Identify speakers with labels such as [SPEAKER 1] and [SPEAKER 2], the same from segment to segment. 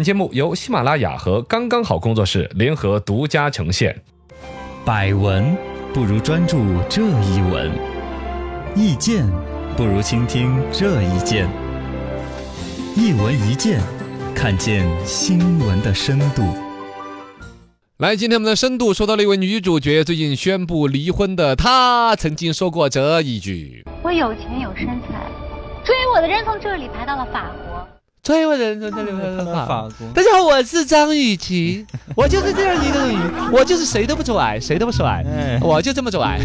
[SPEAKER 1] 本节目由喜马拉雅和刚刚好工作室联合独家呈现。
[SPEAKER 2] 百闻不如专注这一闻，意见不如倾听这一见。一闻一见，看见新闻的深度。
[SPEAKER 3] 来，今天我们的深度说到了一位女主角，最近宣布离婚的她，曾经说过这一句
[SPEAKER 4] 我有钱有身材，追我的人从这里排到了法国。：“
[SPEAKER 3] 追我人生的
[SPEAKER 5] 法国
[SPEAKER 3] 大家好，我是张雨绮，我就是这样一个女，我就是谁都不拽，谁都不甩，
[SPEAKER 5] 哎
[SPEAKER 3] 我就这么拽。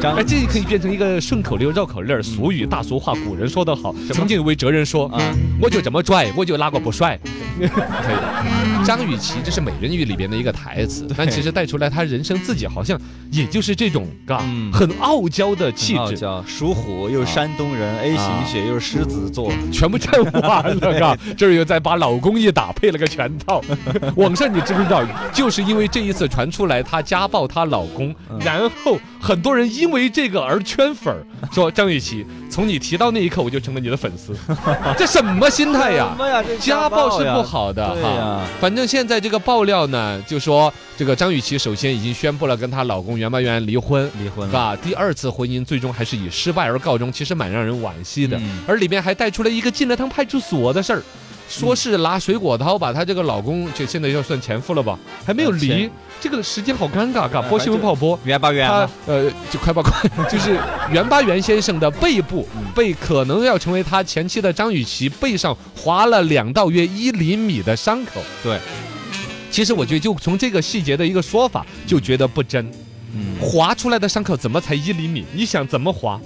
[SPEAKER 5] 张
[SPEAKER 3] 哎，这可以变成一个顺口溜、绕口令儿、俗语、大俗话。古人说得好，曾经有位哲人说：“
[SPEAKER 5] 啊
[SPEAKER 3] 我就这么拽，我就哪个不帅。” 可以的。张雨绮这是《美人鱼》里边的一个台词，但其实带出来她人生自己好像也就是这种，嘎
[SPEAKER 5] 嗯，
[SPEAKER 3] 很傲娇的气
[SPEAKER 5] 傲
[SPEAKER 3] 质，
[SPEAKER 5] 娇，属
[SPEAKER 3] 啊
[SPEAKER 5] 虎又山东人，A 型血又狮子座，
[SPEAKER 3] 全部占完 了，嘎。这儿又再把老公一打，配了个全套。网上你知不知道？就是因为这一次传出来她家暴她老公，
[SPEAKER 5] 嗯
[SPEAKER 3] 然后很多人因为这个而圈 粉儿，说张雨绮，从你提到那一刻我就成了你的粉 丝，这什么心态哎呀？
[SPEAKER 5] 哎妈呀，这
[SPEAKER 3] 家暴是
[SPEAKER 5] 呀
[SPEAKER 3] 不，好的
[SPEAKER 5] 对
[SPEAKER 3] 哈。
[SPEAKER 5] 呀，
[SPEAKER 3] 反正现在这个爆料呢，就说这个张雨绮首先已经宣布了跟她老公袁巴元离婚，
[SPEAKER 5] 离婚
[SPEAKER 3] 是
[SPEAKER 5] 了，
[SPEAKER 3] 吧？第二次婚姻最终还是以失败而告终，其实蛮让人惋惜的。
[SPEAKER 5] 嗯
[SPEAKER 3] 而里面还带出了一个进了趟派出所的事儿，说是拿水果刀把她这个老公，就现在要算前夫了吧，还没有
[SPEAKER 5] 呃
[SPEAKER 3] 离
[SPEAKER 5] 前，
[SPEAKER 3] 这个时间好尴尬，嘎，
[SPEAKER 5] 呃
[SPEAKER 3] 播新闻
[SPEAKER 5] 就
[SPEAKER 3] 不好播。
[SPEAKER 5] 圆吧圆
[SPEAKER 3] 他
[SPEAKER 5] 吧，
[SPEAKER 3] 呃，就快吧快，就是袁巴元先生的背部
[SPEAKER 5] 嗯
[SPEAKER 3] 被可能要成为他前妻的张雨绮背上划了两道约一厘米的伤口。
[SPEAKER 5] 对，
[SPEAKER 3] 其实我觉得就从这个细节的一个说法，就觉得不真。
[SPEAKER 5] 嗯，
[SPEAKER 3] 划出来的伤口怎么才一厘米？你想怎么划？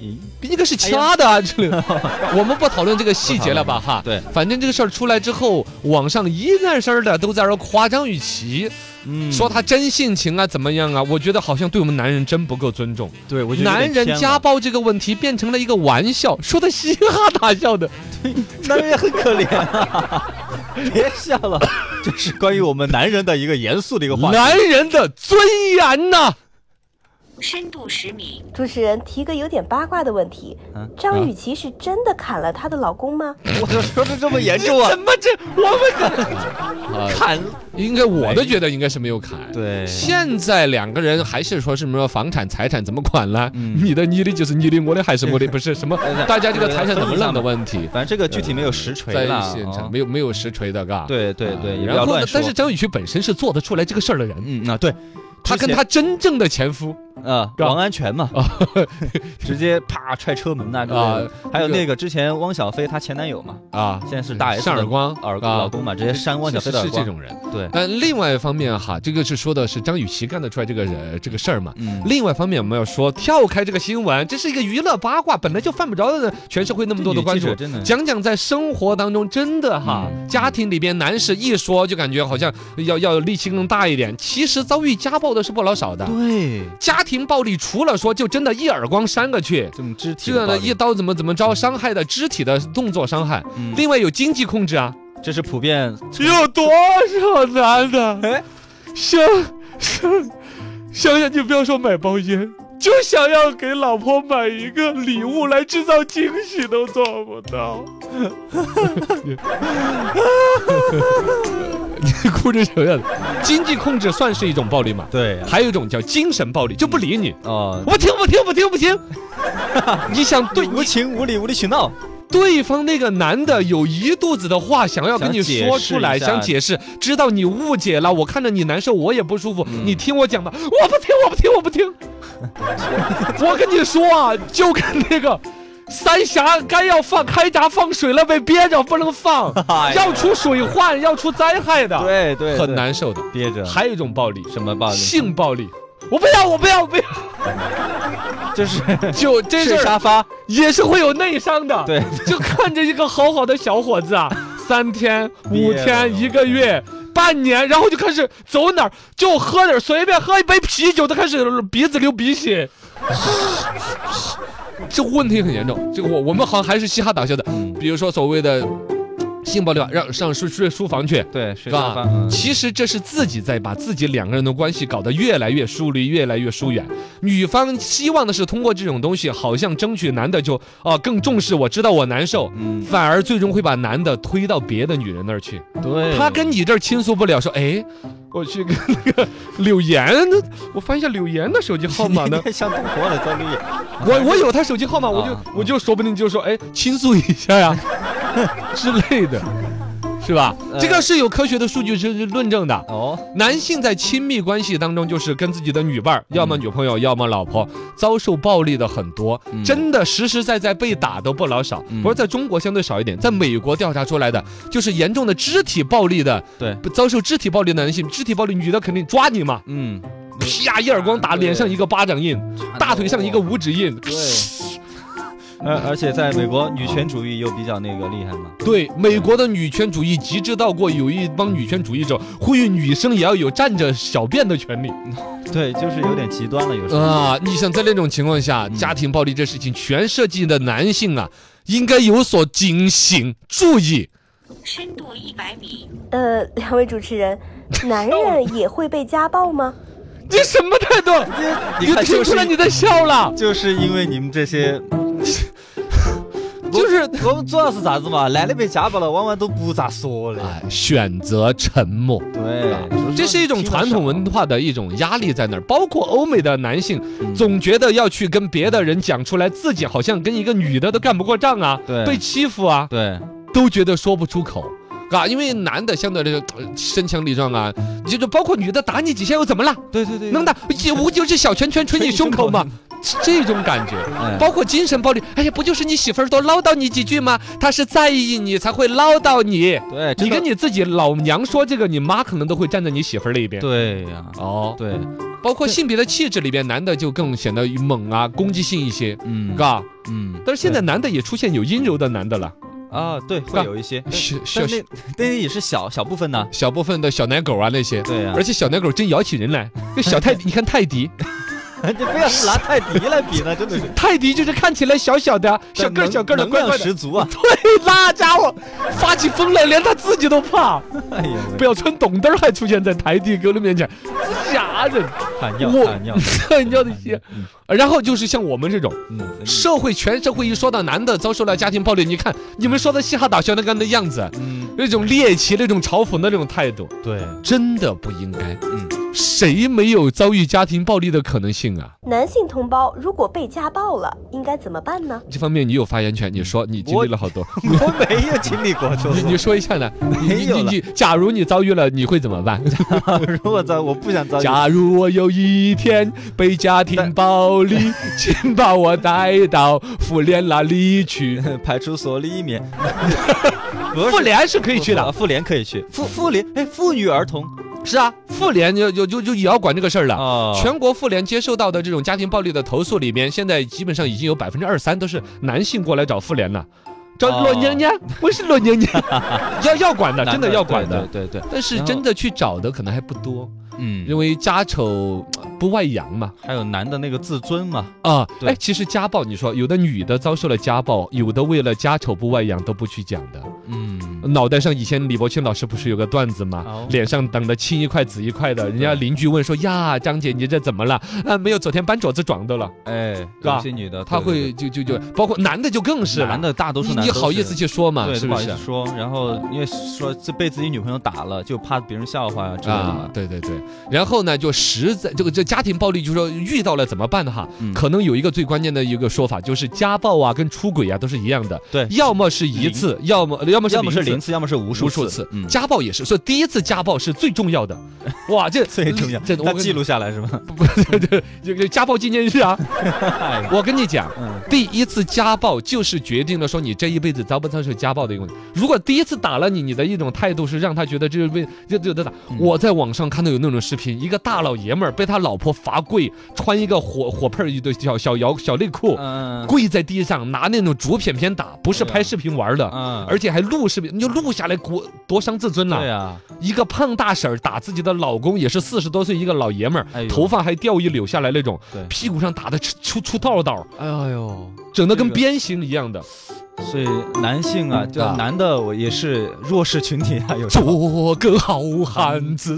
[SPEAKER 5] 咦
[SPEAKER 3] 应该是掐的啊，这里 我们不讨论这个细节了吧哈。
[SPEAKER 5] 对，
[SPEAKER 3] 反正这个事儿出来之后，网上一个声儿的都在那儿夸张雨绮，
[SPEAKER 5] 嗯
[SPEAKER 3] 说她真性情啊，怎么样啊？我觉得好像对我们男人真不够尊重。
[SPEAKER 5] 对，我觉得有
[SPEAKER 3] 男
[SPEAKER 5] 点
[SPEAKER 3] 人
[SPEAKER 5] 偏
[SPEAKER 3] 家
[SPEAKER 5] 了，
[SPEAKER 3] 暴这个问题变成了一个玩笑，说的嘻哈大笑的。
[SPEAKER 5] 男人也很可怜啊， 别笑了，这是关于我们男人的一个严肃的一个话题，
[SPEAKER 3] 男人的尊严呐、
[SPEAKER 6] 深度十米，
[SPEAKER 7] 主持人提个有点八卦的问题
[SPEAKER 5] 嗯：
[SPEAKER 7] 张雨绮是真的砍了她的老公吗？
[SPEAKER 5] 我说说的这么严重啊
[SPEAKER 3] 怎，么这哎我们
[SPEAKER 5] 啊
[SPEAKER 3] 这砍？应该我都觉得应该是没有砍。。
[SPEAKER 5] 对，
[SPEAKER 3] 现在两个人还是说什么房产财产怎么管呢？
[SPEAKER 5] 嗯
[SPEAKER 3] 你的你的就是你的，我的还是我 的，不是什么
[SPEAKER 5] 呃
[SPEAKER 3] 大家这个财产怎么弄的问题，
[SPEAKER 5] 反正这个具体没有实锤
[SPEAKER 3] 在
[SPEAKER 5] 了，
[SPEAKER 3] 现场
[SPEAKER 5] 哦
[SPEAKER 3] 没有没有实锤的，嘎。啊
[SPEAKER 5] 对对对，也不要
[SPEAKER 3] 然后
[SPEAKER 5] 乱
[SPEAKER 3] 呢？
[SPEAKER 5] 说，
[SPEAKER 3] 但是张雨绮本身是做得出来这个事儿的人，
[SPEAKER 5] 嗯啊对。
[SPEAKER 3] 她跟
[SPEAKER 5] 之前
[SPEAKER 3] 她真正的前夫
[SPEAKER 5] 呃，
[SPEAKER 3] 吧
[SPEAKER 5] 王安全嘛，
[SPEAKER 3] 啊
[SPEAKER 5] 直接啪踹车门呐之类的，还有那个之前汪小菲她前男友嘛，
[SPEAKER 3] 啊，
[SPEAKER 5] 现在是大 S
[SPEAKER 3] 扇
[SPEAKER 5] 的
[SPEAKER 3] 耳光
[SPEAKER 5] 耳
[SPEAKER 3] 啊
[SPEAKER 5] 老公嘛，直接扇汪小菲的耳
[SPEAKER 3] 是是这
[SPEAKER 5] 光，
[SPEAKER 3] 种人。
[SPEAKER 5] 对，
[SPEAKER 3] 但另外一方面哈，这个是说的是张雨绮干得出来这个人这个事儿嘛。
[SPEAKER 5] 嗯，
[SPEAKER 3] 另外一方面，我们要说跳开这个新闻，这是一个娱乐八卦，本来就犯不着的，全社会那么多的关
[SPEAKER 5] 这
[SPEAKER 3] 注
[SPEAKER 5] 女记者。真的嗯
[SPEAKER 3] 讲讲在生活当中，真的哈，家庭里边男士一说就感觉好像要要力气更大一点，其实遭遇家暴的是不老少的。
[SPEAKER 5] 对
[SPEAKER 3] 家庭暴力除了说，就真的一耳光扇过去，
[SPEAKER 5] 这种肢体
[SPEAKER 3] 这
[SPEAKER 5] 的
[SPEAKER 3] 个
[SPEAKER 5] 暴
[SPEAKER 3] 呢
[SPEAKER 5] 力，
[SPEAKER 3] 一刀怎么怎么着，伤害的肢体的动作伤害。
[SPEAKER 5] 嗯
[SPEAKER 3] 另外有经济控制啊，
[SPEAKER 5] 这是普遍
[SPEAKER 3] 有多少男的
[SPEAKER 5] 哎
[SPEAKER 3] 想想想想，你不要说买包烟，就想要给老婆买一个礼物来制造惊喜都做不到。你哭成什么样子？经济控制算是一种暴力吗？
[SPEAKER 5] 对啊
[SPEAKER 3] 还有一种叫精神暴力，就不理你，
[SPEAKER 5] 哦，
[SPEAKER 3] 我听不听不听不 听。你想对
[SPEAKER 5] 无情无理无理取闹，
[SPEAKER 3] 对方那个男的有一肚子的话想要跟你说出来，想
[SPEAKER 5] 想
[SPEAKER 3] 解
[SPEAKER 5] 解
[SPEAKER 3] 释，知道你误解了，我看着你难受，我也不舒服，
[SPEAKER 5] 嗯
[SPEAKER 3] 你听我讲吧，我不听，我不听，我 不听。我跟你说啊，就跟那个三峡该要放开闸放水了，被憋着不能放
[SPEAKER 5] 哎，呀
[SPEAKER 3] 要出水患，要出灾害的，
[SPEAKER 5] 对对，
[SPEAKER 3] 很
[SPEAKER 5] 对
[SPEAKER 3] 难受的。
[SPEAKER 5] 憋着，
[SPEAKER 3] 还有一种暴力，
[SPEAKER 5] 什么暴力？
[SPEAKER 3] 性暴力。我不要，我不要，我不要！
[SPEAKER 5] 就是
[SPEAKER 3] 就这事
[SPEAKER 5] 睡
[SPEAKER 3] 儿
[SPEAKER 5] 沙发，
[SPEAKER 3] 也是会有内伤的。
[SPEAKER 5] 对，
[SPEAKER 3] 就看着一个好好的小伙 子啊，三天、五
[SPEAKER 5] 憋了
[SPEAKER 3] 天、一个月、半年，然后就开始走哪儿就喝点儿，随便喝一杯啤酒，都开始鼻子流 鼻血。
[SPEAKER 5] 嗯
[SPEAKER 3] 这问题很严重，这个我我们好像还是嘻哈打笑的，比如说所谓的性暴力让上书睡书房去。
[SPEAKER 5] 对，
[SPEAKER 3] 是
[SPEAKER 5] 是
[SPEAKER 3] 吧？其实这是自己在把自己两个人的关系搞得越来越疏离，越来越疏远。女方希望的是通过这种东西，好像争取男的就啊更重视我，知道我难受，
[SPEAKER 5] 嗯，
[SPEAKER 3] 反而最终会把男的推到别的女人那儿去。
[SPEAKER 5] 对，，
[SPEAKER 3] 他跟你这儿倾诉不了，说哎，我去跟那个柳岩，我翻一下柳岩的手机号码呢
[SPEAKER 5] 像赌博了，在绿叶，
[SPEAKER 3] 我我有她手机号码，我就
[SPEAKER 5] 啊
[SPEAKER 3] 我就说不定就说哎倾诉一下呀之类的，是吧？
[SPEAKER 5] 呃
[SPEAKER 3] 这个是有科学的数据是论证的。
[SPEAKER 5] 哦，
[SPEAKER 3] 男性在亲密关系当中，就是跟自己的女伴
[SPEAKER 5] 嗯
[SPEAKER 3] 儿，要么女朋友，要么老婆，遭受暴力的很多，
[SPEAKER 5] 嗯
[SPEAKER 3] 真的实实在在被打都不老少。
[SPEAKER 5] 嗯
[SPEAKER 3] 不是在中国相对少一点，在美国调查出来的，就是严重的肢体暴力的，
[SPEAKER 5] 对，
[SPEAKER 3] 不遭受肢体暴力的男性，肢体暴力女的肯定抓你嘛，
[SPEAKER 5] 嗯，
[SPEAKER 3] 啪一耳光
[SPEAKER 5] 啊
[SPEAKER 3] 打脸上一个巴掌印，大腿上一个五指印。
[SPEAKER 5] 对。而而且在美国，女权主义又比较那个厉害嘛。
[SPEAKER 3] 对，美国的女权主义极致到过，有一帮女权主义者呼吁女生也要有站着小便的权利。
[SPEAKER 5] 对，就是有点极端了，有时候。
[SPEAKER 3] 啊，你想在那种情况下，
[SPEAKER 5] 嗯
[SPEAKER 3] 家庭暴力这事情，全社稷的男性啊，应该有所警醒、注意。
[SPEAKER 6] 深度一百米，
[SPEAKER 7] 呃，两位主持人，男人也会被家暴吗？
[SPEAKER 3] 你什么态度？
[SPEAKER 5] 嗯你
[SPEAKER 3] 你
[SPEAKER 5] 看，
[SPEAKER 3] 听
[SPEAKER 5] 就
[SPEAKER 3] 出来你
[SPEAKER 5] 是
[SPEAKER 3] 在笑了，
[SPEAKER 5] 就是因为你们这 些，
[SPEAKER 3] 就是。
[SPEAKER 5] 我们主要是啥子嘛？男的被家暴了，往往都不咋说的。
[SPEAKER 3] 哎，选择沉默，
[SPEAKER 5] 啊对，
[SPEAKER 3] 这是一种传统文化的一种压力在那儿。包括欧美的男性，
[SPEAKER 5] 嗯
[SPEAKER 3] 总觉得要去跟别的人讲出来，自己好像跟一个女的都干不过仗啊，
[SPEAKER 5] 对
[SPEAKER 3] 被欺负啊，
[SPEAKER 5] 对，
[SPEAKER 3] 都觉得说不出口。啊，因为男的相对来说呃身强力壮啊，就是包括女的打你几下又怎么了？
[SPEAKER 5] 对对对，
[SPEAKER 3] 能打，无就是小拳拳捶你胸口嘛，是这种感觉。包括精神暴力，哎呀，不就是你媳妇儿多唠叨你几句吗？她是在意你才会唠叨你。
[SPEAKER 5] 对，
[SPEAKER 3] 你
[SPEAKER 5] 真的
[SPEAKER 3] 跟你自己老娘说这个，你妈可能都会站在你媳妇儿那一边。
[SPEAKER 5] 对呀，
[SPEAKER 3] 哦，
[SPEAKER 5] 对，
[SPEAKER 3] 包括性别的气质里边，男的就更显得猛啊，攻击性一些，
[SPEAKER 5] 嗯
[SPEAKER 3] 嘎。
[SPEAKER 5] 嗯，
[SPEAKER 3] 但是现在男的也出现有阴柔的男的了，
[SPEAKER 5] 啊，对，会
[SPEAKER 3] 嘎
[SPEAKER 5] 有一些，
[SPEAKER 3] 小
[SPEAKER 5] 但
[SPEAKER 3] 小
[SPEAKER 5] 那那也是小小部分呢。
[SPEAKER 3] 小部分的小奶狗啊那些，
[SPEAKER 5] 对呀
[SPEAKER 3] 而且小奶狗真咬起人来，跟小泰，你看泰 迪，
[SPEAKER 5] 这不要是拿泰迪来比呢，真的是
[SPEAKER 3] 泰迪就是看起来小小的、 小个儿小个儿的，
[SPEAKER 5] 能
[SPEAKER 3] 乖
[SPEAKER 5] 量
[SPEAKER 3] 乖的，
[SPEAKER 5] 十足啊！
[SPEAKER 3] 对，那家伙发起疯来，连他自己都怕。
[SPEAKER 5] 哎呀，
[SPEAKER 3] 不要穿懂灯儿还出现在台地沟的面前，这吓人！
[SPEAKER 5] 喊尿
[SPEAKER 3] 我
[SPEAKER 5] 喊尿，
[SPEAKER 3] 你知道那些，然后就是像我们这种
[SPEAKER 5] 嗯，
[SPEAKER 3] 社会，全社会一说到男的遭受了家庭暴力，你看你们说的嘻哈打笑那个那样子，
[SPEAKER 5] 嗯，
[SPEAKER 3] 那种猎奇、那种嘲讽的那种态度，
[SPEAKER 5] 对，
[SPEAKER 3] 真的不应该。
[SPEAKER 5] 嗯，
[SPEAKER 3] 谁没有遭遇家庭暴力的可能性啊？
[SPEAKER 7] 男性同胞如果被家暴了，应该怎么办呢？
[SPEAKER 3] 这方面你有发言权，你说你经历了好多，
[SPEAKER 5] 我没 有经历过，说
[SPEAKER 3] 你
[SPEAKER 5] 实
[SPEAKER 3] 你说一下呢？你
[SPEAKER 5] 没有
[SPEAKER 3] 你
[SPEAKER 5] 了
[SPEAKER 3] 你，假如你遭遇了，你会怎么办？
[SPEAKER 5] 话，如果遭我不想遭遇，
[SPEAKER 3] 假如我有一天被家庭暴 力，请把我带到妇联那里去。
[SPEAKER 5] 派出所里 面，不
[SPEAKER 3] 妇联是可以去
[SPEAKER 5] 啊，
[SPEAKER 3] 的，
[SPEAKER 5] 妇联可以去，妇妇联，哎，妇女儿童
[SPEAKER 3] 是啊，妇联就就就就也要管这个事儿了。
[SPEAKER 5] 啊
[SPEAKER 3] 全国妇联接受到的这种家庭暴力的投诉里面，现在基本上已经有百分之二三都是男性过来找妇联了，找
[SPEAKER 5] 哦
[SPEAKER 3] 罗 娘娘，我是罗娘娘，要要管的，真的要管的。
[SPEAKER 5] 对对对，
[SPEAKER 3] 但是
[SPEAKER 5] 然后
[SPEAKER 3] 真的去找的可能还不多，因
[SPEAKER 5] 嗯，
[SPEAKER 3] 为家丑呃不外扬嘛。
[SPEAKER 5] 还有男的那个自尊嘛，
[SPEAKER 3] 啊，
[SPEAKER 5] 对
[SPEAKER 3] 哎，其实家暴，你说有的女的遭受了家暴，有的为了家丑不外扬都不去讲的。
[SPEAKER 5] 嗯，
[SPEAKER 3] 脑袋上以前李伯清老师不是有个段子吗？
[SPEAKER 5] 哦
[SPEAKER 3] 脸上长得青一块紫一块的，人家邻居问说呀，张姐你这怎么了？啊，没有，昨天搬桌子撞到了。
[SPEAKER 5] 哎，
[SPEAKER 3] 吧
[SPEAKER 5] 有些女的
[SPEAKER 3] 他
[SPEAKER 5] 对对
[SPEAKER 3] 会就就就，包括男的就更
[SPEAKER 5] 对
[SPEAKER 3] 是了。
[SPEAKER 5] 男的大多数
[SPEAKER 3] 你
[SPEAKER 5] 男
[SPEAKER 3] 你
[SPEAKER 5] 的都
[SPEAKER 3] 好意
[SPEAKER 5] 啊是
[SPEAKER 3] 思去说嘛？
[SPEAKER 5] 对，
[SPEAKER 3] 是
[SPEAKER 5] 不
[SPEAKER 3] 不
[SPEAKER 5] 好意
[SPEAKER 3] 是
[SPEAKER 5] 思？说，然后因为说这被自己女朋友打了，就怕别人笑话呀之类的
[SPEAKER 3] 啊
[SPEAKER 5] 嘛，。
[SPEAKER 3] 对对对，然后呢，就实在这个这家庭暴力，就说遇到了怎么办哈？
[SPEAKER 5] 嗯
[SPEAKER 3] 可能有一个最关键的一个说法，就是家暴啊跟出轨啊都是一样的，
[SPEAKER 5] 对
[SPEAKER 3] 要么是一次，要么要么是
[SPEAKER 5] 要么是零
[SPEAKER 3] 零次。
[SPEAKER 5] 次，要么是无
[SPEAKER 3] 无
[SPEAKER 5] 数
[SPEAKER 3] 数次，
[SPEAKER 5] 嗯，
[SPEAKER 3] 家暴也是，所以第一次家暴是最重要的。哇，这
[SPEAKER 5] 最重要，
[SPEAKER 3] 这我
[SPEAKER 5] 那
[SPEAKER 3] 跟你
[SPEAKER 5] 记录下来是吧？
[SPEAKER 3] 这个家暴纪念日啊！我跟你讲，
[SPEAKER 5] 嗯
[SPEAKER 3] 第一次家暴就是决定了说你这一辈子遭不遭受家暴的一个问题。如果第一次打了你，你的一种态度是让他觉得这是为这这这打。我在网上看到有那种视频，一个大老爷们儿被他老婆罚跪，穿一个火火盆儿一对小小摇小内裤，
[SPEAKER 5] 嗯
[SPEAKER 3] 跪在地上拿那种竹片片打，不是
[SPEAKER 5] 对啊
[SPEAKER 3] 拍视频玩儿的。
[SPEAKER 5] 嗯，
[SPEAKER 3] 而且还录视频，你就录下来，多多伤自尊了。
[SPEAKER 5] 对啊，
[SPEAKER 3] 一个胖大婶儿打自己的老公，也是四十多岁一个老爷们儿，
[SPEAKER 5] 哎呦
[SPEAKER 3] 头发还掉一绺下来那种
[SPEAKER 5] 对，
[SPEAKER 3] 屁股上打的出出出道道儿，
[SPEAKER 5] 哎呦，
[SPEAKER 3] 整的跟
[SPEAKER 5] 这个
[SPEAKER 3] 鞭刑一样的。
[SPEAKER 5] 所以男性啊，就
[SPEAKER 3] 啊
[SPEAKER 5] 男的我也是弱势群体啊，有时候
[SPEAKER 3] 做个好汉 子，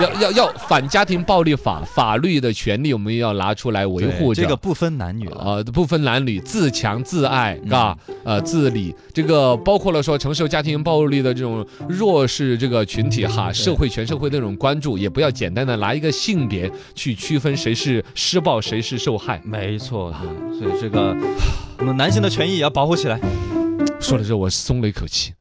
[SPEAKER 3] 要要要反家庭暴力法法律的权利，我们要拿出来维护着
[SPEAKER 5] 这个不分男女了。
[SPEAKER 3] 呃，不分男女，自强自爱，嘎、呃，自理，这个包括了说承受家庭暴力的这种弱势这个群体哈，社会全社会的那种关注，也不要简单的拿一个性别去区分谁是施暴，谁是受害。
[SPEAKER 5] 没错， 对所以这个我们男性的权益也要保护起来。
[SPEAKER 3] 说到这，我松了一口气。